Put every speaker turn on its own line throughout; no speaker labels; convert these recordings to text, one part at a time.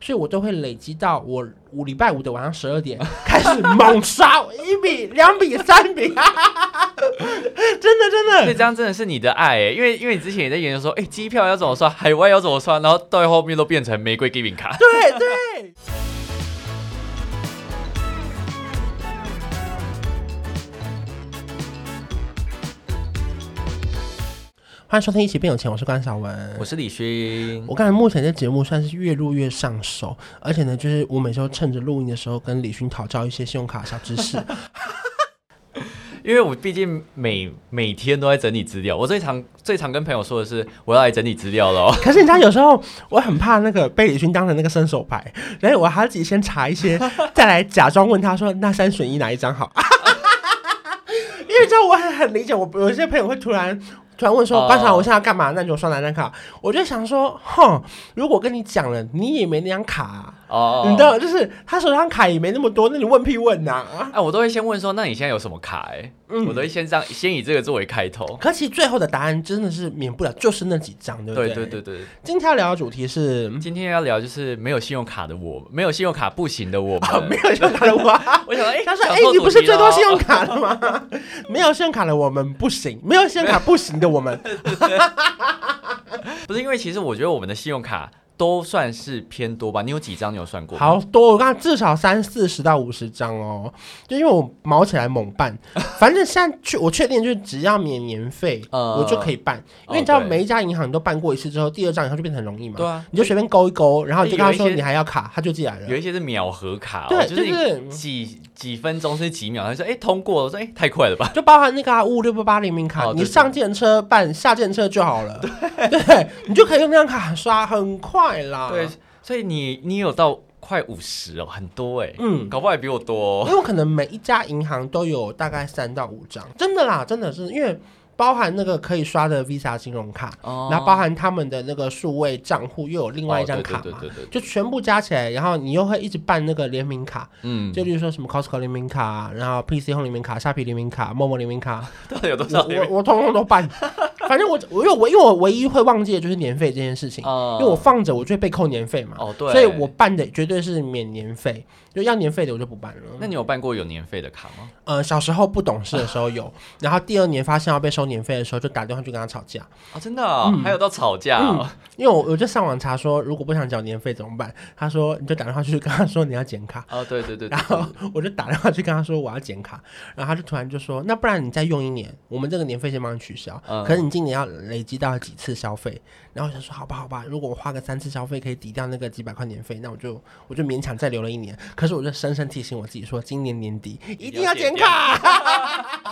所以我都会累积到我五礼拜五的晚上十二 点开始猛刷一 笔、两笔、三笔，哈哈哈哈 真的真
所以
的。
这样真的是你的爱诶，因为因为你之前也在研究说，哎、机票要怎么算，海外要怎么算，然后到后面都变成玫瑰 giving 卡。
对对，欢迎收听《一起变有钱》，我是关晓雯，
我是李勋，
我感觉目前这节目算是越录越上手，而且呢，就是我每周趁着录音的时候跟李勋讨教一些信用卡小知识。
因为我毕竟每每天都在整理资料，我最常最常跟朋友说的是，我要来整理资料了哦。
可是你知道，有时候我很怕那个被李勋当成那个伸手牌，然后我还要自己先查一些，再来假装问他说：“那三选一哪一张好？” 因为你知道，我很很理解，我有些朋友会突然。突然问说
哦：“
刚才我现在要干嘛？那你就刷哪张卡？”我就想说：“哼，如果跟你讲了，你也没那张卡啊、
哦
你知道，就是他手上卡也没那么多，那你问屁问啊呐、
哎、我都会先问说，那你现在有什么卡、欸？哎、
嗯
我都会先这样，先以这个作为开头。
可其实最后的答案真的是免不了就是那几张，对不
对
对
对对对，
今天要聊的主题是
今天要聊就是没有信用卡的我，没有信用卡不行的我们。
啊，没有信用卡的我。
我想说，哎、
他说：“
讲
哎、
错
你
主
不是
题
最多
咯
信用卡的 吗？ 没有信用卡的我们不行，没有信用卡不行的我 们，
不是因为其实我觉得我们的信用卡都算是偏多吧？你有几张？你有算过？，
好多。我看至少三四十到五十张哦，就因为我毛起来猛 办。反正现在确我确定，就是只要免年 费，
呃
我就可以办。因为你知
哦
道
对
每一家银行你都办过一次之后，第二张以后就变得很容易嘛。
对啊，
你就随便勾一勾，然后你就跟他
有
说
一些
你还要卡，他就寄来了。
有一些是秒核卡、哦，
对
就是
就是
你几几分钟是几秒，他说哎、通过了，我说哎、太快了吧？
就包含那个啊五五六八八联名卡，
哦对
你上电车办下电车就好了， 对，你就可以用那张卡刷，很快啦。
对，，所以你你有到快五十哦，很多哎、
嗯。
搞不好也比我多、哦。
因为可能每一家银行都有大概三到五张，真的啦，真的是因为包含那个可以刷的 Visa 金融卡，
哦
然后包含他们的那个数位账户又有另外一张卡
哦、对
嘛
对，对对对
就全部加起来，然后你又会一直办那个联名卡，
嗯，
就例如说什么 Costco 联名卡，啊然后 PC Home 联名卡、虾皮联名卡、陌陌联名 卡，
到底有多
我
少
我我通通都办，反正我我因为我因为我唯一会忘记的就是年费这件事情，
哦
因为我放着我就会被扣年费嘛，
哦对，
所以我办的绝对是免年费，就要年费的我就不办了。
那你有办过有年费的卡吗？
呃，小时候不懂事的时候有，然后第二年发现要被收年费的时候，就打电话去跟他吵架，
啊，真的哦、
嗯
还有到吵架哦、
因为我我就上网查说，如果不想缴年费怎么办？他说你就打电话去跟他说你要剪卡。
哦，对对对，对
然后我就打电话去跟他说我要剪卡，然后他就突然就说，那不然你再用一年，我们这个年费先帮你取消，
嗯
可是你今年要累积到几次消费？然后我想说，好吧好吧，如果我花个三次消费可以抵掉那个几百块年费，那我就我就勉强再留了一年。可是我就深深提醒我自己说，今年年底一定要剪卡，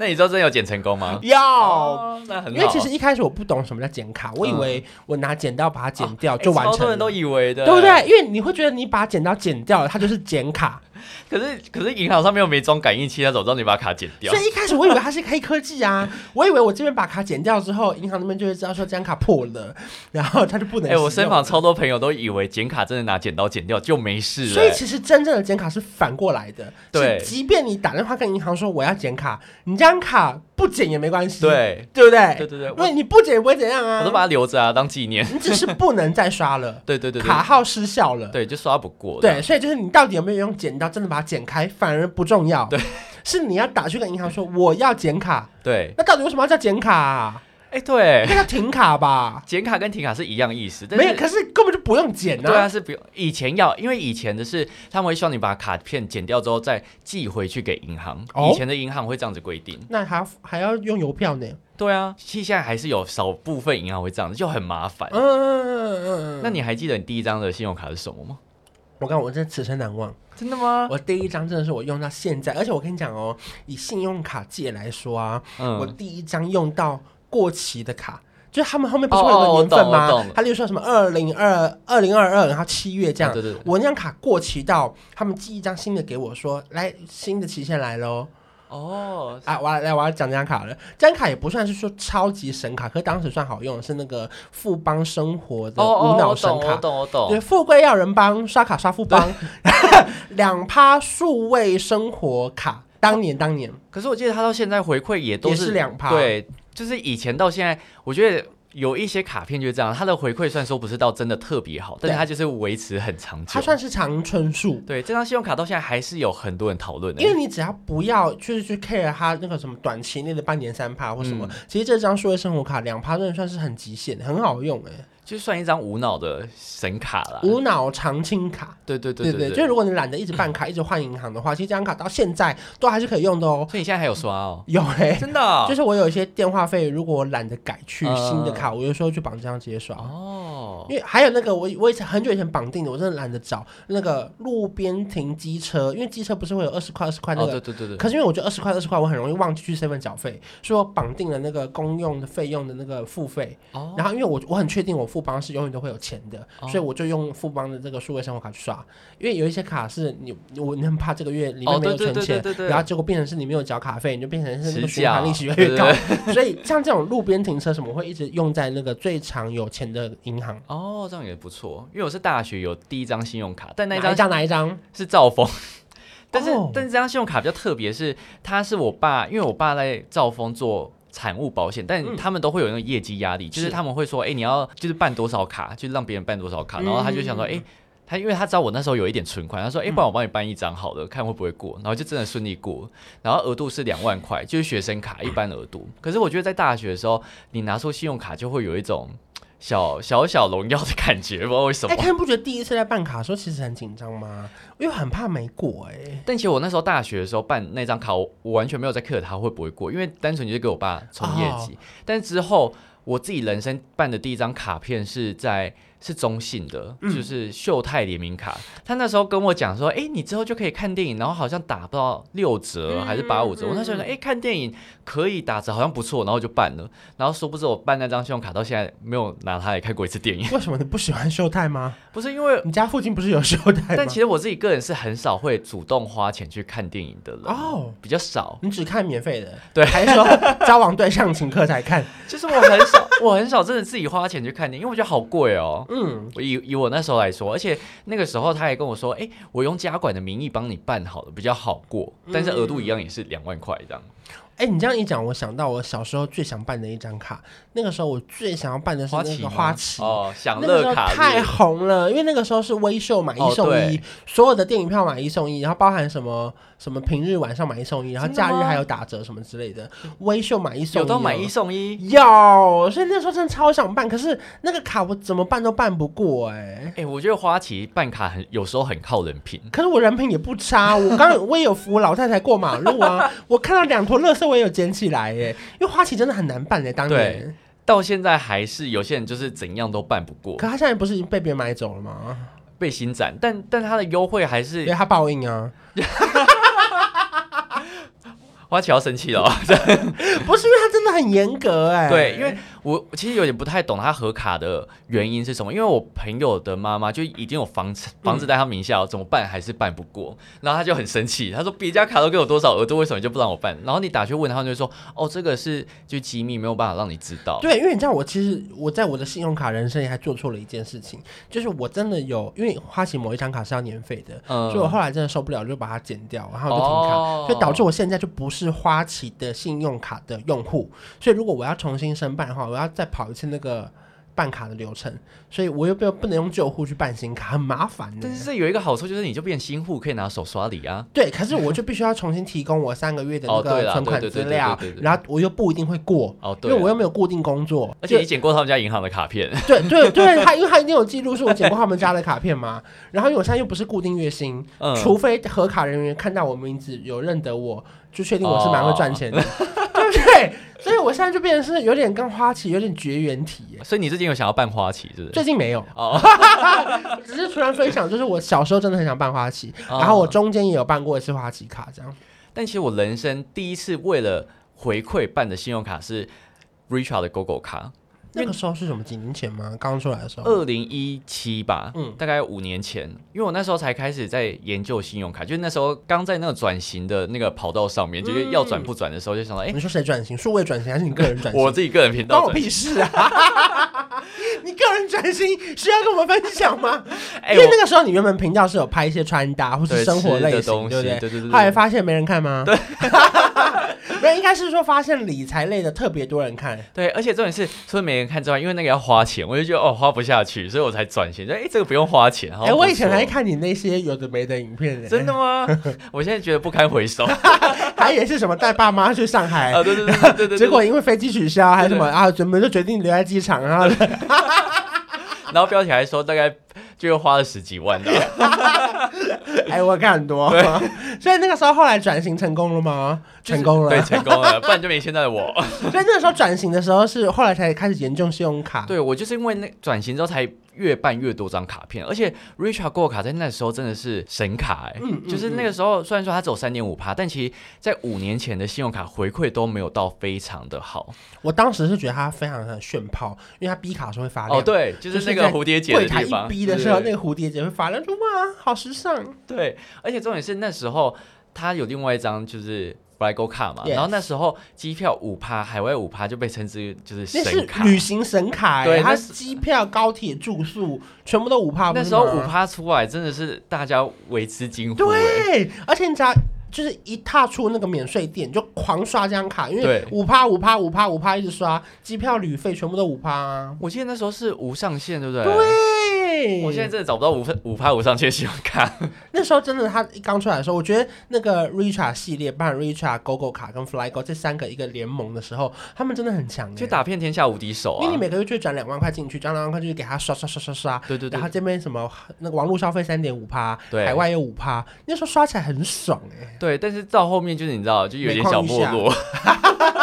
那你知道真的有剪成功吗？
要
哦，那很好。
因为其实一开始我不懂什么叫剪卡，我以为我拿剪刀把它剪掉哦就完
欸超
成
多
了，
人都以为的，
对不？对？因为你会觉得你把剪刀剪掉了，它就是剪 卡，
可是可是银行上面又没装感应器，他怎么知道你把卡剪掉
所？以一开始我以为它是黑科技啊，我以为我这边把卡剪掉之后，银行那边就会知道说这张卡破了，然后它就不能
哎、
使用。
我身旁超多朋友都以为剪卡真的拿剪刀剪掉就没事了、
所以其实真正的剪卡是反过来的，
对
是即便你打电话跟银行说我要剪卡，你这张卡不剪也没关系，
对
对不
对
对？
对对，
因
我
为你不剪也不会怎样
我都
啊，
把它留着啊，当纪念。
你只是不能再刷了，
对 对对对
卡，号失效了。
对就刷不过。
对，，所以就是你到底有没有用剪刀真的把它剪开，反而不重要。
对，
是你要打去跟银行说我要剪卡，
对，
那到底为什么要叫剪卡、 啊？
哎、对，
那叫停卡吧？
剪卡跟停卡是一样意思，但
没有，
是。
可是根本就不用剪
对
啊。
啊，是不用以前要，因为以前的是他们会希望你把卡片剪掉之后再寄回去给银行，
哦
以前的银行会这样子规定。
那还要还要用邮票呢？
对啊，其实现在还是有少部分银行会这样子，就很麻烦
嗯。嗯嗯嗯嗯。
哎那你还记得你第一张的信用卡是什么吗？
我刚我真的此生难忘。
真的吗？
我第一张真的是我用到现在，而且我跟你讲哦，以信用卡界来说啊，我
嗯，
第一张用到过期的卡。就是他们后面不是会有
哦哦
个
我
年份
懂我
吗
懂？
他例如说什么二零二二零二二，然后七月这样
啊，对对对，
我那张卡过期到，他们寄一张新的给我说，来新的期限来喽
哦，
啊！我要来我要讲这张卡了，这张卡也不算是说超级神卡，可当时算好用，是那个富邦生活的
哦哦，
无脑
我
神
懂，
卡。
我懂，我
对，
懂。
富贵要人帮，刷卡刷富邦， 两趴数位生活卡，当年当年，
可是我记得他到现在回馈也都
也是两趴
对，就是以前到现在，我觉得。有一些卡片就是这样，它的回馈虽然说不是到真的特别好，但是它就是维持很长久
它。算是长春树，
对，这张信用卡到现在还是有很多人讨论的
因。为你只要不要就是去 care 它那个什么短期内的半年三趴或什么，
嗯
其实这张数位生活卡两趴真的算是很极限，很好用哎、
就算一张无脑的神卡啦。
无脑长青卡。
对对对
对
对
对，就如果你懒得一直办卡、 一直换银行的话，其实这张卡到现在都还是可以用的哦。
所以你现在还有刷哦？
有哎、
真的哦、
就是我有一些电话费，如果我懒得改去新的
呃
卡，我有时候去绑这张直接刷。
哦，
因为还有那个我我以前很久以前绑定的，我真的懒得找那个路边停机车，因为机车不是会有二十块二十块那
哦，
个。
对对对对，
可是因为我觉得二十块二十块，我很容易忘记去 seven 缴费，所以我绑定了那个公用的费用的那个付费。
哦，
然后因为我我很确定我富邦是永远都会有钱的，
哦
所以我就用富邦的这个数位生活卡去刷。因为有一些卡是你我你很怕这个月里
哦
面没
对
有
对
存
对对
钱，
对对，
然后结果变成是你没有缴卡费，你就变成是那个
持
循环
缴
利息越来越高
对。
所以像这种路边停车什么，我会一直用在那个最常有钱的银行。
哦，这样也不错，因为我是大学有第一张信用卡，但那
哪
张
一张哪一张？
是兆丰。 但是
哦
但是这张信用卡比较特别，是它是我爸，因为我爸在兆丰做产物保险，但
嗯
他们都会有那个业绩压力，就是
是
他们会说，哎、你要就是办多少卡，就让别人办多少卡，然后他就想说，
嗯
哎、他因为他知道我那时候有一点存款，他说：“哎、不然我帮你办一张好了，看会不会过。”然后就真的顺利过，然后额度是两万块，就是学生卡一般额
嗯
度。可是我觉得在大学的时候，你拿出信用卡就会有一种小小小荣耀的感觉，不知道为什么
哎，。他们不觉得第一次在办卡的时候其实很紧张吗？因为很怕没过哎、
但其实我那时候大学的时候办那张卡，我我完全没有在 care 它会不会过，因为单纯就是给我爸冲业
哦
绩。但之后我自己人生办的第一张卡片是在是中信的，
嗯
就是秀泰联名卡。他那时候跟我讲说，哎、你之后就可以看电影，然后好像打不到六折
嗯
还是八五折。
嗯
我那时候想，哎、看电影可以打折，好像不错，然后我就办了。然后殊不知我办那张信用卡到现在没有拿它来看过一次电影，
为什么你不喜欢秀泰吗？
不是因为。
你家附近不是有秀泰吗？
但其实我自己个人是很少会主动花钱去看电影的人，
哦。
比较少。
你只看免费的，
对
还是说交往对象请客才看？
就是我很少，我很少真的自己花钱去看电影，因为我觉得好贵哦。
嗯，
我以以我那时候来说，而且那个时候他还跟我说，哎、我用家管的名义帮你办好了，比较好过，但是额度一样也是两万块这样。
哎、你这样一讲，我想到我小时候最想办的一张卡，那个时候我最想要办的是
花
那
旗
个
吗
花旗。
哦，享
那个时
乐
候
卡
太
日
红了，因为那个时候是微秀买一
哦
送一，
对
所有的电影票买一送一，然后包含什么什么平日晚上买一送一，然后
真的
假日
吗
还有打折什么之类的，微秀买一送
有
一、哦
到买一送一。
有，所以那时候真的超想办，可是那个卡我怎么办都办不过哎、
哎、我觉得花旗办卡很有时候很靠人品。
可是我人品也不差，我刚 刚我也有扶老太太过马路啊，我看到两坨垃圾我也有捡起来耶，因为花旗真的很难办耶，当年。
到现在还是有些人就是怎样都办不过，
可他现在不是已经被别人买走了吗？
被新展，但但他的优惠还
因
是
为他报应啊，
花旗要生气了哦。
不是因为他真的很严格哎。
对，因为我我其实有点不太懂他核卡的原因是什么，因为我朋友的妈妈就已经有房子房子在他名下了，怎么办还是办不过，然后他就很生气，他说别家卡都给我多少额度，为什么你就不让我办？然后你打去问他们就说，哦，这个是就机密，没有办法让你知道。
对，因为你知道我其实我在我的信用卡人生里还做错了一件事情，就是我真的有因为花旗某一张卡是要年费的，
嗯
所以我后来真的受不了，就把它剪掉，然后我就停卡，
哦
所以导致我现在就不是花旗的信用卡的用户。所以如果我要重新申办的话，我要再跑一次那个办卡的流程，所以我又不不能用旧户去办新卡，很麻烦的
但。是这有一个好处就是你就变新户，可以拿手刷礼啊。
对，可是我就必须要重新提供我三个月的那
哦对
个
啦
存款
对
资
对对
料
对对对，对
然后我又不一定会过，
哦，
因
对
为我
啊，
又没有固定工作，
而
就
且你剪过他们家银行的卡片，
对对对，他因为他一定有记录，是我捡过他们家的卡片嘛。然后因为我现在又不是固定月薪，
嗯
除非核卡人员看到我名字有认得我，就确定我是蛮会赚
哦
钱的，对不对？所以我现在就变成是有点跟花旗有点绝缘体耶。
所以你最近有想要办花旗是不是？
最近没有，
哦，
只是突然分享，就是我小时候真的很想办花旗，
哦
然后我中间也有办过一次花旗卡，这样。
但其实我人生第一次为了回馈办的信用卡是 Richard 的 GoGo 卡，
那个时候是什么？几年前吗？刚出来的时候。
二零一七吧，
嗯
大概五年前，因为我那时候才开始在研究信用卡，就是那时候刚在那个转型的那个跑道上面，就是要转不转的时候，就想到，哎、
你说谁转型？数位转型还是你个人转型？
我自己个人频
关
道
我
转，
屁事啊！ 你个人转型需要跟我们分享吗？
哎、
因为
我
那个时候你原本频道是有拍一些穿搭或是
对
生活
吃的
类型，
东西，
对不
对对对
后来
对，
发现没人看吗？对，那应该是说发现理财类的特别多人看，
对，而且重点是，除了没人看之外，因为那个要花钱，我就觉得哦花不下去，所以我才转型。哎、诶这个不用花钱。哎、
哎、我以前还，看你那些有的没的影片呢，
真的吗？我现在觉得不堪回首。
还以为是什么带爸妈去上海，
啊，对对对对对对。
结果因为飞机取消还是什么啊，准备就决定留在机场， 然后
然后标题还说大概就花了十几 万的，
哎，我看很多， 所以那个时候后来转型成功了吗？成功了，
对，成功了，不然就没现在的我。
所以那个时候转型的时候是后来才开始研究信用卡，
对我就是因为那转型之后才越办越多张卡片，而且 Richard 过卡在那时候真的是神卡哎、
嗯嗯
就是那个时候虽然说它只有三点五趴，但其实在五年前的信用卡回馈都没有到非常的好
我当时是觉得它非常的炫炮，因为它 B 卡的时候会发亮。
哦，对，就是那个蝴蝶结
柜
的
台
地
一
方，
逼的时候，
对
那个蝴蝶结会发亮，说哇，好时尚。
对，而且重点是那时候他有另外一张就是。b l a g o 卡嘛
Yes
然后那时候机票五趴，海外五趴就被称之就是
那
神
是
卡。
旅行神卡、欸，
对
它
那是
机票、高铁、住宿全部都五趴，
那时候
不是
五
吗。
趴出来，真的是大家为之惊呼、欸。
对，而且你只要就是一踏出那个免税店，就狂刷这张卡，因为
对
五趴、五趴、五趴、五趴一直刷，机票、旅费全部都五趴、啊。
我记得那时候是无上限，对不对？
对，
我现在真的找不到五分五趴无上限信用卡。
那时候真的，他一刚出来的时候，我觉得那个 Richard 系列，包含 Richard、GoGo 卡跟 FlyGo 这三个一个联盟的时候，他们真的很强、欸，
就打遍天下无敌手
因为
啊
你！每个月就转两万块进去，转两万块就是给他刷刷刷刷刷，
对对对
然后这边什么那个网络消费三点五趴，
对
海外有五趴，那时候刷起来很爽哎、
对，但是到后面就是你知道，就有点小没落。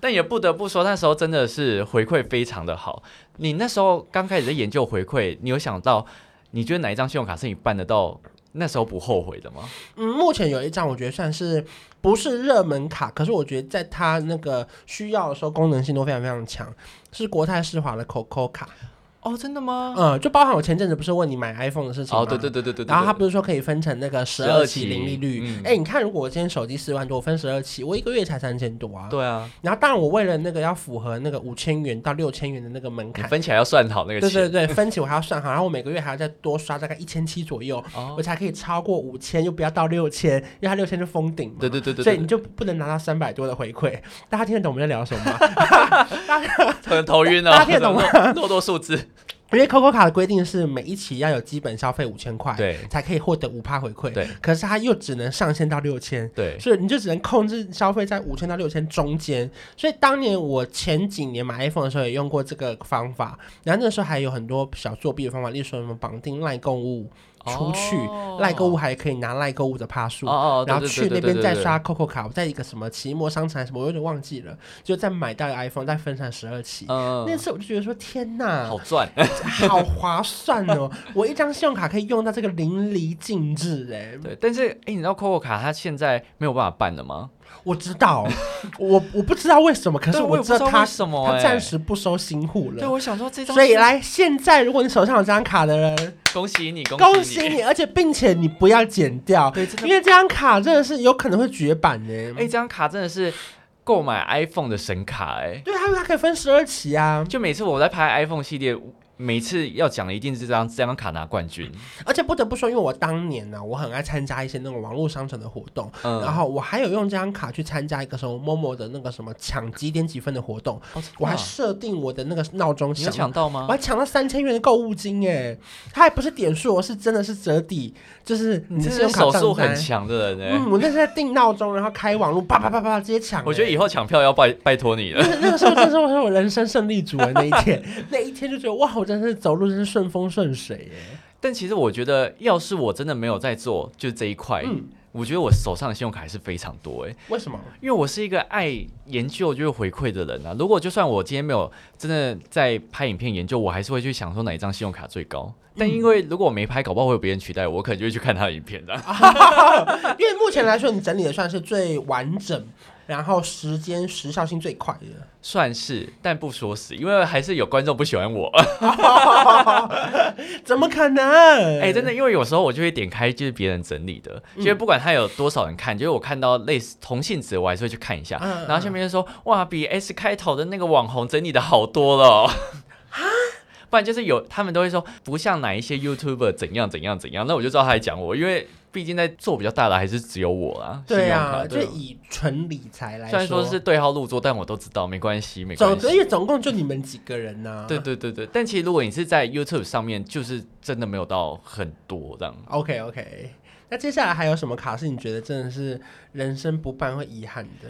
但也不得不说，那时候真的是回馈非常的好。你那时候刚开始在研究回馈，你有想到你觉得哪一张信用卡是你办得到那时候不后悔的吗？
嗯，目前有一张我觉得算是不是热门卡，可是我觉得在它那个需要的时候功能性都非常非常强，是国泰世华的 COCO 卡，
哦，真的吗？
嗯，就包含我前阵子不是问你买 iPhone 的事情吗？
哦，对对对对对对。
然后它
对
不是说可以分成那个十二
12
期
期
零利率？
嗯
哎、你看，如果我今天手机四万多，我分十二期，我一个月才三千多啊。
对啊，
然后当然我为了那个要符合那个五千元到六千元的那个门
你
槛，
分起来要算好那个
对
钱。
对对，分期我还要算好，然后我每个月还要再多刷大概一千七左右，
哦，
我才可以超过五千，又不要到六千，因为它六千就封顶嘛。
对对对对
所以
对
你，就不能拿到三百多的回馈， 大家听得懂我们在聊什么吗？
可能头晕了。
大家听得懂
吗？落多数字。
因为 COCO 卡的规定是每一期要有基本消费五千块，
对
才可以获得五趴回馈。
对
可是它又只能上限到六千，
对，
所以你就只能控制消费在五千到六千中间。所以当年我前几年买 iPhone 的时候也用过这个方法，然后那时候还有很多小作弊的方法，例如说什么绑定赖购物
哦
出去，赖、购物还可以拿赖购物的趴数。
哦哦，
然后
对
去
对
那
对对
边
对
再
对
刷 COCO 卡，我在一个什么奇摩商城还是什么，我有点忘记了，就再买到 iPhone，再分成十二期。
嗯，
那次我就觉得说，天呐，
好赚，
好划算哦！我一张信用卡可以用到这个淋漓尽致哎，
对。但是，哎，你知道 COCO 卡它现在没有办法办了吗？
我知道， 我我不知道为什么，可是
对我也不
知道
为
他
什么
他
哎
暂时不收新户
对，
了。
我想说这张，
所以来，现在如果你手上有这张卡的人，
恭喜你，
恭
喜
喜！你，而且并且你不要剪掉，
对，真的
因，为这张卡真的是有可能会绝版的。
哎，这张卡真的是购买 iPhone 的神卡，哎，
对，它它可以分十二期啊，
就每次我在拍 iPhone 系列。每次要讲的一定是这张这张卡拿冠军，
而且不得不说，因为我当年呢、我很爱参加一些那种网络商城的活动，
嗯，
然后我还有用这张卡去参加一个什么 Momo 的那个什么抢几点几分的活动，
哦真的啊
我还设定我的那个闹钟
你有
响，
抢到吗
我？还抢到三千元的购物金哎，它还不是点数，我哦是真的是折抵，就是
你
的
真
信用
是
卡
手
账
速
单
很。强的人哎，
嗯，我那是在定闹钟，然后开网络，啪啪啪啪直接抢 欸。
我觉得以后抢票要拜拜托你了。
那那个时候真是我我人生胜利组的那一天， 那一天就觉得哇，我真是走路真是顺风顺水耶。
但其实我觉得，要是我真的没有在做，就这一块，
嗯
我觉得我手上的信用卡还是非常多哎、
为什么？
因为我是一个爱研究就是回馈的人啊。如果就算我今天没有真的在拍影片研究，我还是会去想说哪一张信用卡最高。但
嗯
因为如果我没拍，搞不好会有别人取代我，我可能就会去看他的影片的。
因为目前来说，你整理的算是最完整，然后时间时效性最快的。
算是，但不说是，因为还是有观众不喜欢我。
怎么可能？
哎、真的，因为有时候我就会点开就是别人整理的，
嗯
就是不管他有多少人看，就是我看到类似同性质，我还是会去看一下。
嗯嗯
然后下面就说，哇，比 S 开头的那个网红整理的好多了哦、 不然就是有他们都会说不像哪一些 YouTuber 怎样怎样怎样，那我就知道他在讲我，因为毕竟在做比较大的还是只有我啦。
对
啊
啊，，就以纯理财来
虽然说是对号入座，但我都知道，没关系，没
总
关，系
而。且总共就你们几个人啊呐、
对对对对，但其实如果你是在 YouTube 上面，就是真的没有到很多这样。
，OK OK。那接下来还有什么卡是你觉得真的是人生不办会遗憾的？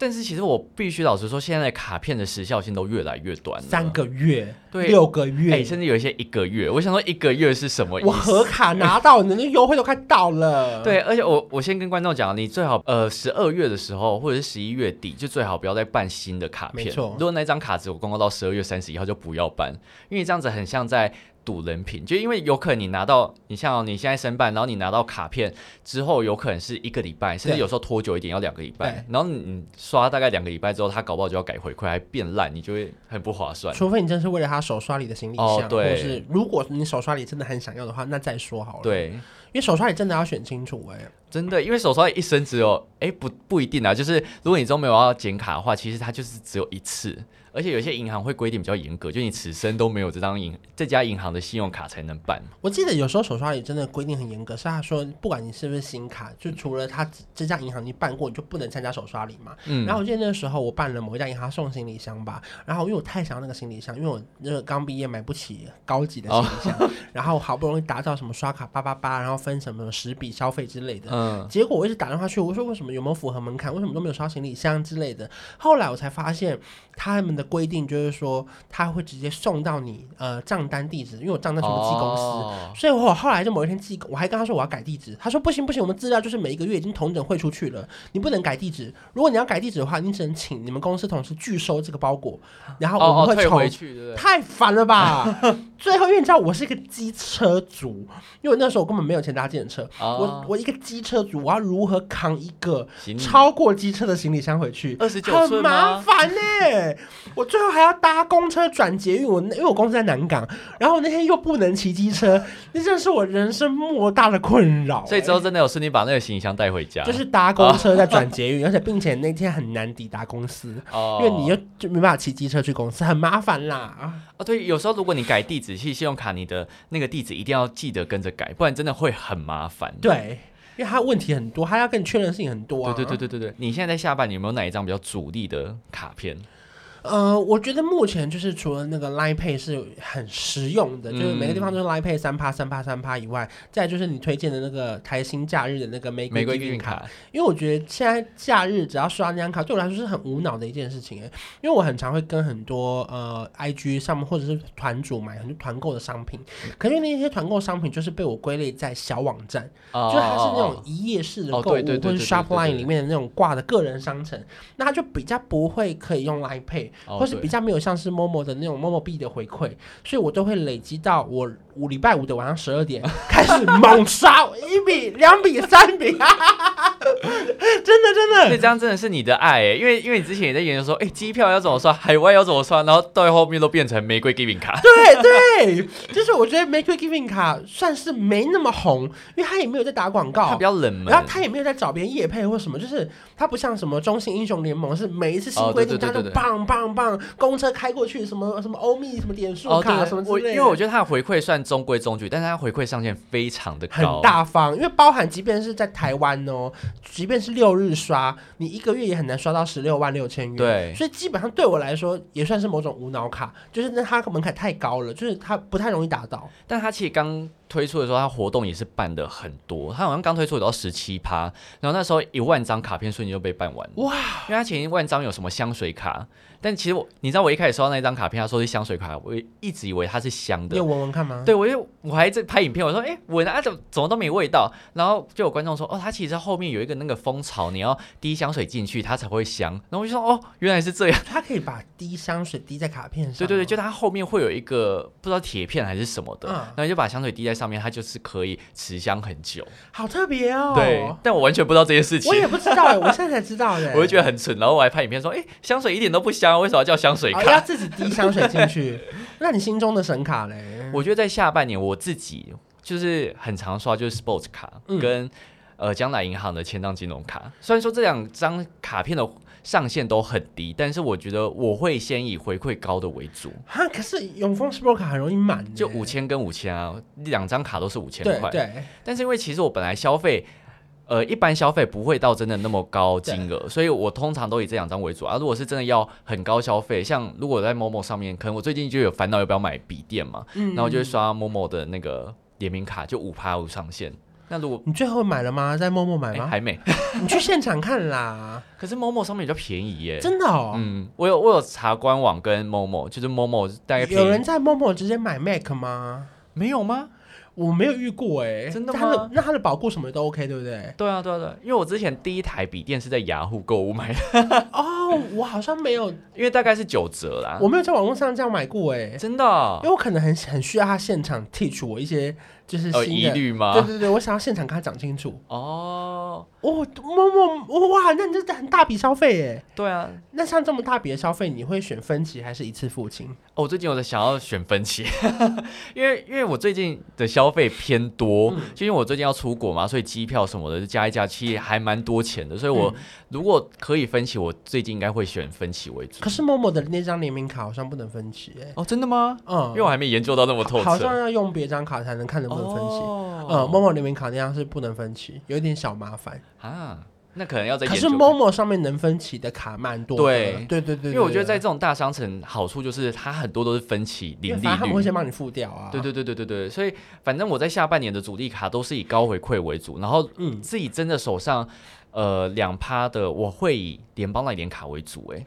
但是其实我必须老实说，现在的卡片的时效性都越来越短了，
三个月，
对
六个
哎、
月，
甚至有一些一个月。我想说一个月是什么意
我
思？
核卡拿到，你的优惠都快到了。，
对，而且我我先跟观众讲，你最好呃十二月的时候或者是十一月底，就最好不要再办新的卡片。
没错
如果那张卡只有公告到十二月三十一号，就不要办，因为这样子很像在赌人品，就因为有可能你拿到，你像哦、你现在申办，然后你拿到卡片之后，有可能是一个礼拜，甚至
对
有时候拖久一点要两个礼拜
对，
然后你刷大概两个礼拜之后，它搞不好就要改回馈，还变烂，你就会很不划算。
除非你真是为了他手刷里的行李箱，
哦对
或者是如果你手刷里真的很想要的话，那再说好了。，
对，
因为手刷里真的要选清楚哎、
真的，因为手刷一生只有，哎、不不一定啊，就是如果你都没有要剪卡的话，其实它就是只有一次，而且有些银行会规定比较严格，就你此生都没有这张银这家银行的信用卡才能办。
我记得有时候手刷里真的规定很严格，是他说不管你是不是新卡，就除了他这家银行你办过，你就不能参加手刷礼嘛。
嗯，
然后我记得那时候我办了某一家银行送行李箱吧，然后因为我太想要那个行李箱，因为我那个刚毕业买不起高级的行李箱，然后好不容易达到什么刷卡八八八，然后分什么十笔消费之类的。
嗯，
结果我一直打电话去，我说为什么有没有符合门槛，为什么都没有刷行李箱之类的。后来我才发现他们的规定就是说他会直接送到你呃账单地址，因为我账单全部寄公司，
哦
所以我后来就某一天寄，我还跟他说我要改地址，他说不行不行，我们资料就是每一个月已经同整汇出去了，你不能改地址。如果你要改地址的话，你只能请你们公司同事拒收这个包裹，然后我们
哦哦，
会
退
重
回去，对不对？
太烦了吧！ 最后，因为你知道我是一个机车族，因为那时候我根本没有钱搭电车，我
哦
我一个机车族，我要如何扛一个
行李
超过机车的行李箱回去？
29
很
寸
麻
吗哦
烦呢、 我最后还要搭公车转捷运，我那因为我公司在南港，然后我那天又不能骑机车，那真的是我人生莫大的困扰、欸
所以之后真的有顺利把那个行李箱带回家，
就是搭公车再转捷 运，而且并且那天很难抵达公司，
哦
因为你又就没办法骑机车去公司，很麻烦啦。
哦对，有时候如果你改地址，其实信用卡你的那个地址一定要记得跟着改，不然真的会很麻烦。
对，因为他问题很多，他要跟你确认的事情很多啊。
对对对。对对对，你现在在下半年有没有哪一张比较主力的卡片？
呃，我觉得目前就是除了那个 Line Pay 是很实用的，就是每个地
嗯
方都是 Line Pay 三趴三趴三趴以外，再来就是你推荐的那个台新假日的那个玫
玫瑰
金
运
运卡，
卡，
因为我觉得现在假日只要刷那张卡，对我来说是很无脑的一件事情、欸。因为我很常会跟很多呃 IG 上面或者是团主买很多团购的商品，可是因为那些团购商品就是被我归类在小网站。
哦
就它是那
哦哦
种一页式的购物，
哦对对对
或是
对对
Shopline
对对
里面的那种挂的个人商城，那它就比较不会可以用 Line Pay，、
哦
或是
对
比较没有像是 Momo 的那种 Momo 币的回馈，所以我都会累积到我五礼拜五的晚上十二 点开始猛刷一笔、两笔、三笔， 哈哈哈哈真的真的
哦那这样真的是你的爱欸，因为因为你之前也在研究说，哎、机票要怎么刷，海外要怎么刷，然后到后面都变成玫瑰 giving 卡。
对对，就是我觉得 Make Your Giving 卡算是没那么红，因为它也没有在打广
它
告
比，较冷门，
然后他也没有在找别人夜配或什么，就是他不像什么中信英雄联盟，是每一次新规定
哦对
他就
对对对对
棒棒棒，公车开过去，什么什么欧米什么点数
哦，
卡、
对，
什么之
我
类的，
因为我觉得它的回馈算中规中矩，但是它回馈上限非常的
很
高，
大方，因为包含即便是在台湾哦，即便是六日刷，你一个月也很难刷到十六万六千元。
对
所以基本上对我来说也算是某种无脑卡，就是那它门槛太高了，就是它不太容易达到。
但它其实刚推出的时候，它活动也是办的很多，它好像刚推出有到十七趴，然后那时候一万张卡片瞬间就被办完。
哇！
因为它前一万张有什么香水卡，但其实我你知道我一开始收到那张卡片，它说是香水卡，我一直以为它是香
你
的
有，闻闻看 吗？
对，我就我还在拍影片，我说，哎、闻啊，怎么怎么都没味道？然后就有观众说，哦，它其实后面有一个那个蜂巢，你要滴香水进去，它才会香。然后我就说，哦，原来是这样。
它可以把滴香水滴在卡片上吗。哦
对对对，就它后面会有一个不知道铁片还是什么的，
嗯
然后你就把香水滴在上面，它就是可以持香很久。
好特别哦。
对，但我完全不知道这件事情
我，也不知道哎、我现在才知道哎、
我就觉得很蠢。然后我还拍影片说，哎、香水一点都不香，为什么要叫香水
哦、
卡？
要自己滴香水进 去。那你心中的神卡嘞？
我觉得在下半年我自己就是很常刷，就是 sports 卡、
嗯
跟呃将来银行的千张金融卡。虽然说这两张卡片的上限都很低，但是我觉得我会先以回馈高的为主，
哈，可是永丰世博卡很容易满呢，
就五千跟五千啊，两张卡都是五千
嗯对
块。
对，
但是因为其实我本来消费，呃，一般消费不会到真的那么高金额，所以我通常都以这两张为主啊。如果是真的要很高消费，像如果在 Momo 上面，可能我最近就有烦恼要不要买笔电嘛，
嗯
然后就会刷 Momo 的那个联名卡，就五趴无上限。那如果
你最后买了吗？在陌陌买
哎、
吗？
还没，
你去现场看啦，
可是 Momo 上面比较便宜耶。
真的哦。
嗯，我有我有查官网跟 Momo，就是 Momo 大概便
有人
宜
在陌陌直接买 Mac 吗？
没有吗？
我没有遇过哎，
真的吗
它的那它的保固什么都 OK 对不对？
对啊，对啊，对啊，因为我之前第一台笔电是在雅虎购物买的，
哦，我好像没有，
因为大概是九折啦。
我没有在网络上这样买过哎，
真的啊哦、
因为我可能很很需要他现场 teach 我一些就是
有
新
呃疑
的。
虑
对
吗？
对对，我想要现场跟他讲清楚。
哦，
哦，陌陌哇，那你这很大笔消费哎。
对啊，
那像这么大笔的消费，你会选分期还是一次付清？
哦，我最近有在想要选分期， 因为因为我最近的消费偏多，
嗯
就因为我最近要出国嘛，所以机票什么的就加一加，其实还蛮多钱的，所以我
嗯
如果可以分期，我最近应该会选分期为主。
可是某某的那张联名卡好像不能分期哎，
哦，真的吗？
嗯
因为，我还没研究到那么透彻。
好像要用别张卡才能看能不能分期。呃，
哦，
某某联名卡那样是不能分期，有一点小麻烦。
啊，那可能要再
可
研
是
究。
某某上面能分期的卡蛮多的，
对
对对对对，
因为我觉得在
对
这种大商城，好处就是它很多都是分期
因
零
为
利
反正他们会
率。
先帮你付掉啊。
对对对对对对，所以反正我在下半年的主力卡都是以高回馈为主，然后
嗯，
自己真的手上，呃，两趴的我会以联邦那联卡为主、欸，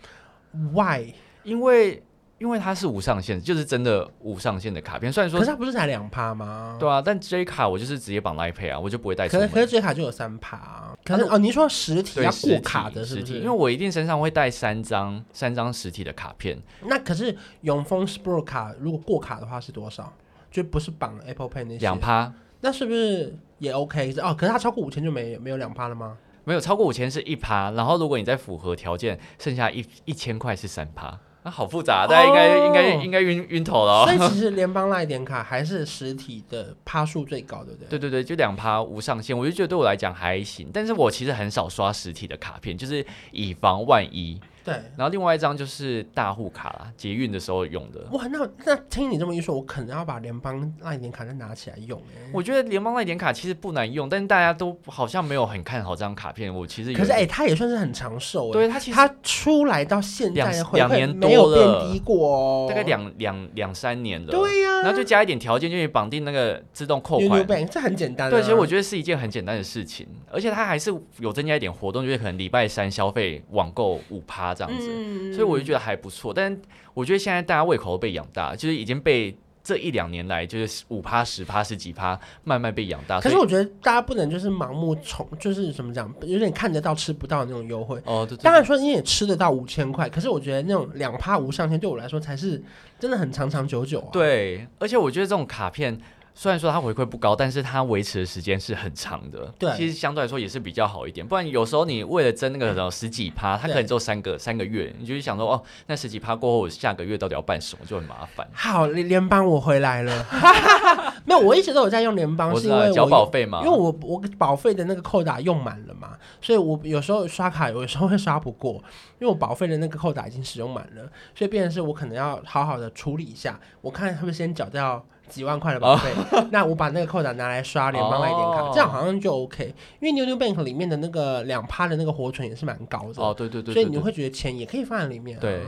，why？
因为因为它是无上限，就是真的无上限的卡片。虽然
可
说
是它不是才两趴吗？
对啊，但 J 卡我就是直接绑 Line Pay 啊，我就不会带出
可是
门。
可是这卡就有三趴啊，可是哦，你说实体
对
要
实
过
体
卡的是
实
不
体
是？
因为我一定身上会带三张三张实体的卡片，
那可是永丰 Sport 卡如果过卡的话是多少？就不是绑 Apple Pay 那些
两，趴
那是不是也 OK？哦，可是它超过五千就没没有两趴了吗？
没有超过五千是一趴，然后如果你再符合条件，剩下一一千块是三趴。那、好复杂，大家应该、
哦
应该应该晕晕头了、哦。
所以其实联邦赖点卡还是实体的趴数最高，对不对？
对对对，就两趴无上限，我就觉得对我来讲还行。但是我其实很少刷实体的卡片，就是以防万一。
对。
然后另外一张就是大户卡啦，捷运的时候用的。
哇，那那听你这么一说，我可能要把联邦赖点卡再拿起来用哎、
我觉得联邦那点卡其实不难用，但是大家都好像没有很看好这张卡片。我其实有
可是哎、
点
它也算是很长寿哎、
对它其实
它出来到现在的
两
回
两
馈
年
没有
多了
变低过哦，
大概两两两三年了，、
对啊呀、
然后就加一点条件，就可以绑定那个自动扣
New
款
New。Bank 这很简单、啊，
对，其实我觉得是一件很简单的事情，而且它还是有增加一点活动，就是可能礼拜三消费网购五趴这样子。
嗯
所以我就觉得还不错。但我觉得现在大家胃口都被养大，就是已经被这一两年来就是五趴、十趴、十几趴慢慢被养大。
可是
所以
我觉得大家不能就是盲目宠，就是怎么讲，有点看得到吃不到那种优惠。
哦，对
当
对
然说你也吃得到五千块，可是我觉得那种两趴无上限对我来说才是真的很长长久久啊。，
对，而且我觉得这种卡片。虽然说它回馈不高，但是它维持的时间是很长的。
对
其实相对来说也是比较好一点。不然有时候你为了争那个什么十几趴，它可能
对
只有三个三个月，你就会想说哦，那十几趴过后，我下个月到底要办什么，就很麻烦。
好，联联邦我回来了， 没有，我一直都有在用联邦，
我
是
知
因
道
为
交
我
保费嘛，
因为我我保费的那个扣打用满了嘛，所以我有时候刷卡有时候会刷不过，因为我保费的那个扣打已经使用满了，所以变成是我可能要好好的处理一下，我看他们先缴掉几万块的保费，那我把那个扣打拿来刷联邦来点卡，
哦
这样好像就 OK，因为 New New Bank 里面的那个两趴的那个活存也是蛮高的，
哦，对对对对对，
所以你会觉得钱也可以放在里面、啊，
对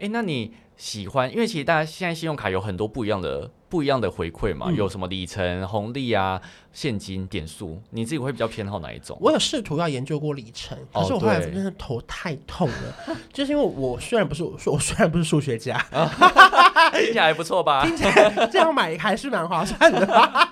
哎、那你喜欢？因为其实大家现在信用卡有很多不一样的不一样的回馈嘛，
嗯
有什么里程、红利啊、现金、点数，你自己会比较偏好哪一种？
我有试图要研究过里程，可
哦
是我后来
对
真的头太痛了，就是因为我虽然不是我我虽然不是数学家，
听起来还不错 吧？
听起来这样买还是蛮划算的。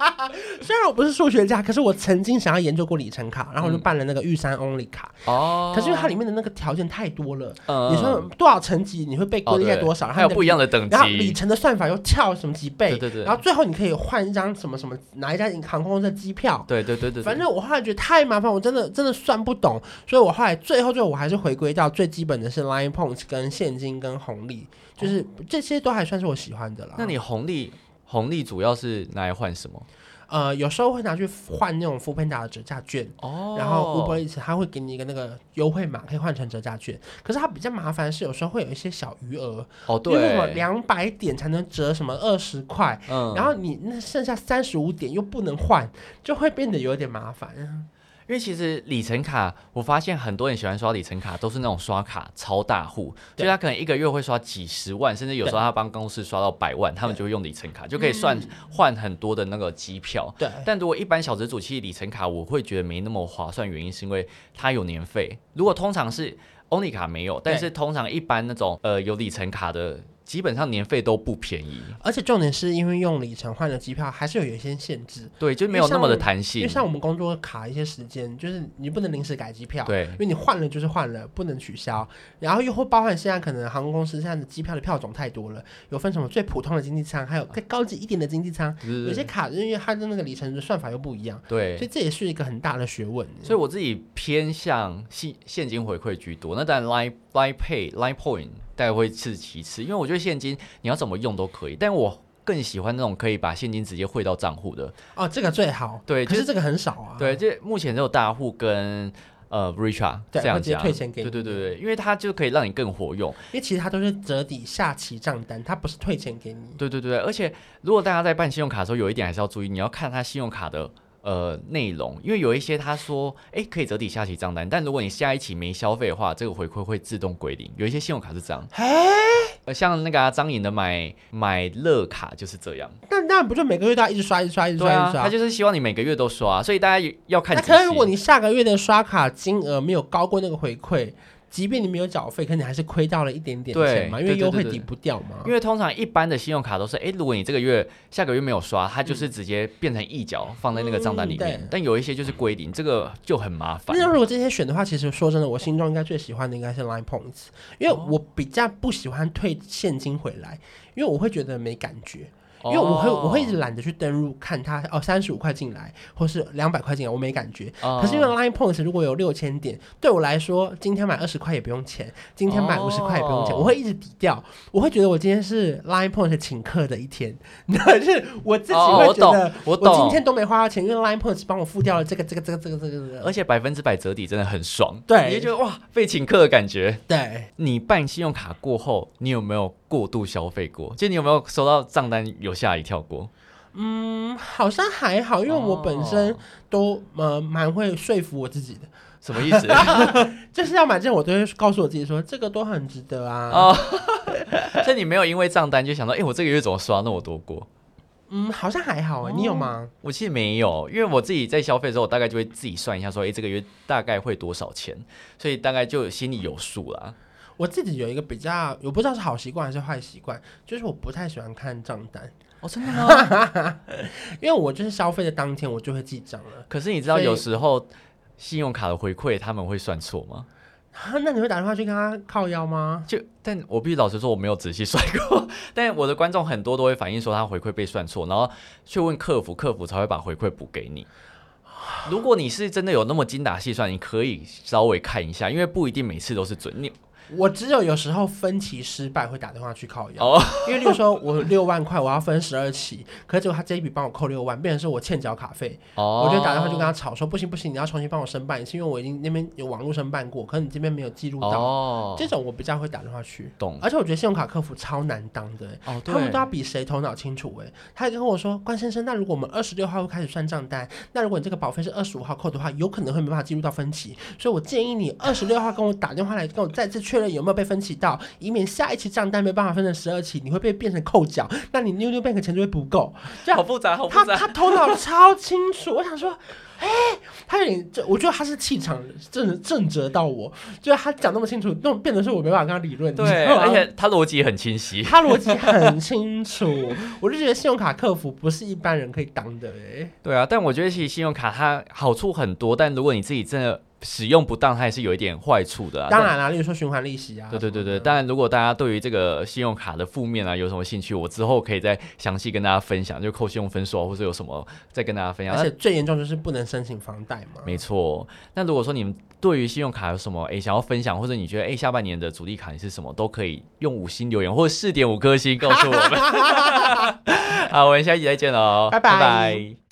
虽然我不是数学家，可是我曾经想要研究过里程卡，然后我就办了那个玉山 Only 卡。
哦，
可是因为它里面的那个条件太多了，
嗯
你说多少层级你会被
哦
归类在
对
多少，
还有不一样
的。
的等
然后里
级，
程的算法又跳什么几倍，
对对对
然后最后你可以换一张什么什么哪一家航空公司的机票，
对对对对，
反正我后来觉得太麻烦，我真的真的算不懂，所以我后来最后就我还是回归到最基本的是 Line Points 跟现金跟红利，
哦
就是这些都还算是我喜欢的啦。
那你红利红利主要是拿来换什么？
呃，有时候会拿去换那种 f o o p a n d a 的折价券，
哦
然后 Uber Eats 它会给你一个那个优惠码，可以换成折价券。可是它比较麻烦是有时候会有一些小余额，
哦
因为我
对，
两百点才能折什么二十块，
嗯
然后你那剩下三十五点又不能换，就会变得有点麻烦。
因为其实里程卡，我发现很多人喜欢刷里程卡，都是那种刷卡超大户，就
对
他可能一个月会刷几十万，甚至有时候他帮公司刷到百万，他们就会用里程卡，
嗯
就可以算换很多的那个机票。
对，
但如果一般小资主其实里程卡，我会觉得没那么划算，原因是因为它有年费。如果通常是 Only 卡没有，但是通常一般那种呃有里程卡的，基本上年费都不便宜。
而且重点是因为用里程换的机票还是有一些限制，
对，就没有那么的弹
因为
性。
像我们工作卡一些时间，就是你不能临时改机票。
对
因为你换了就是换了，不能取消。然后又会包含现在可能航空公司现在的机票的票种太多了，有分什么最普通的经济舱，还有更高级一点的经济舱。有些卡因为它的那个里程的算法又不一样，
对
所以，这也是一个很大的学问。
所以我自己偏向现现金回馈居多，那当然 Line Line Pay Line Point 大概会是其次，因为我觉得现金你要怎么用都可以，但我更喜欢那种可以把现金直接汇到账户的。
哦，这个最好。
对
可
就是
这个很少啊。
对，这目前只有大户跟呃 Richa
对
这样
会直接
讲，
退钱给你
对对对对，因为它就可以让你更活用。
因为其实它都是折抵下期账单，它不是退钱给你。
对对对，而且如果大家在办信用卡的时候，有一点还是要注意，你要看它信用卡的呃内容，因为有一些他说，哎，可以折抵下期账单，但如果你下一期没消费的话，这个回馈会自动归零。有一些信用卡是这样，呃，像那个、啊、张颖的买买乐卡就是这样，
那那不就每个月都要一直刷、一直刷、一直
对
刷、一
啊，
直
他
刷？
就是希望你每个月都刷，所以大家要看
那
仔细。
可是如果你下个月的刷卡金额没有高过那个回馈，即便你没有缴费，可你还是亏到了一点点
对
钱嘛，因为
对对
优惠
对对
抵不掉嘛。
因为通常一般的信用卡都是，哎、如果你这个月、下个月没有刷，它就是直接变成一角放在那个账单里面。
嗯对
但有一些就是归零，这个就很麻烦。哦
那如果这些选的话，其实说真的，我心中应该最喜欢的应该是 Line Points，因为
哦
我比较不喜欢退现金回来，因为我会觉得没感觉，因
哦
为我会我会一直懒得去登录看它哦，三十五块进来或是两百块进来，我没感觉。
哦，
可是因为
哦
Line Points 如果有六千点，对我来说，今天买二十块也不用钱，今天买五十块也不用钱，
哦
我会一直抵掉，我会觉得我今天是 Line Points 请客的一天， 那是我自己
哦
会
我
觉
懂
得，
我
我今
懂，
天都没花到钱，因为 Line Points 帮我付掉了这个这个这个这个这个这个，
而且百分之百折抵真的很爽，
对
你就觉得哇被请客的感觉。
对。
你办信用卡过后，你有没有过度消费过？就你有没有收到账单有吓一跳过？
嗯，好像还好，因为我本身
哦
都呃蛮会说服我自己的，
什么意思？
就是要买这我都会告诉我自己说这个都很值得啊。
哦所以你没有因为账单就想到，哎、我这个月怎么刷那么多过？
嗯，好像还好哎、
哦
你有吗？
我其实没有，因为我自己在消费的时候，我大概就会自己算一下说，诶，这个月大概会多少钱，所以大概就心里有数啦。
我自己有一个比较，我不知道是好习惯还是坏习惯，就是我不太喜欢看账单，
哦，真的吗？
因为我就是消费的当天我就会记账了。
可是你知道
所以
有时候信用卡的回馈他们会算错吗？
啊，那你会打电话去跟他靠腰吗？
就但我必须老实说，我没有仔细算过， 但我的观众很多都会反映说他回馈被算错，然后去问客服，客服才会把回馈补给你。如果你是真的有那么精打细算，你可以稍微看一下，因为不一定每次都是准。你
我只有有时候分期失败会打电话去靠腰，
哦，
因为例如说我六万块我要分十二期，可是结果他这一笔帮我扣六万，变成是我欠缴卡费。
我
我就打电话就
哦
跟他吵说，不行不行，你要重新帮我申办一次，因为我已经那边有网络申办过，可是你这边没有记录到。
哦，
这种我比较会打电话去，
懂
而且我觉得信用卡客服超难当的、欸
哦，
他们都要比谁头脑清楚哎、他还跟我说，关先生，那如果我们二十六号会开始算账单，那如果你这个保费是二十五号扣的话，有可能会没办法进入到分期，所以我建议你二十六号跟我打电话来，跟我再次确认有没有被分期到，以免下一期账单没办法分成十二期，你会被变成扣缴，那你 New New Bank 钱就会不够。这样
好复杂，好复
他
杂。
他头脑超清楚，我想说，哎、他有点，这我觉得他是气场震震折到我，就是他讲那么清楚，那种变得是我没办法跟他理论，你知
对，
道吗
而且他逻辑很清晰。
他逻辑很清楚，我就觉得信用卡客服不是一般人可以当的、 哎，
对啊，但我觉得其实信用卡它好处很多，但如果你自己真的使用不当，它也是有一点坏处的、啊。
当然啦，例如说循环利息啊，
但。对对
什么
对对，
的
当然，如果大家对于这个信用卡的负面啊有什么兴趣，我之后可以再详细跟大家分享，就扣信用分数啊，或者有什么再跟大家分享。
而且最严重就是不能申请房贷嘛
那，没错，那如果说你们对于信用卡有什么诶想要分享，或者你觉得诶下半年的主力卡你是什么，都可以用五星留言或者 四点五颗星告诉我们。好，我们下一集再见喽，
拜拜
拜拜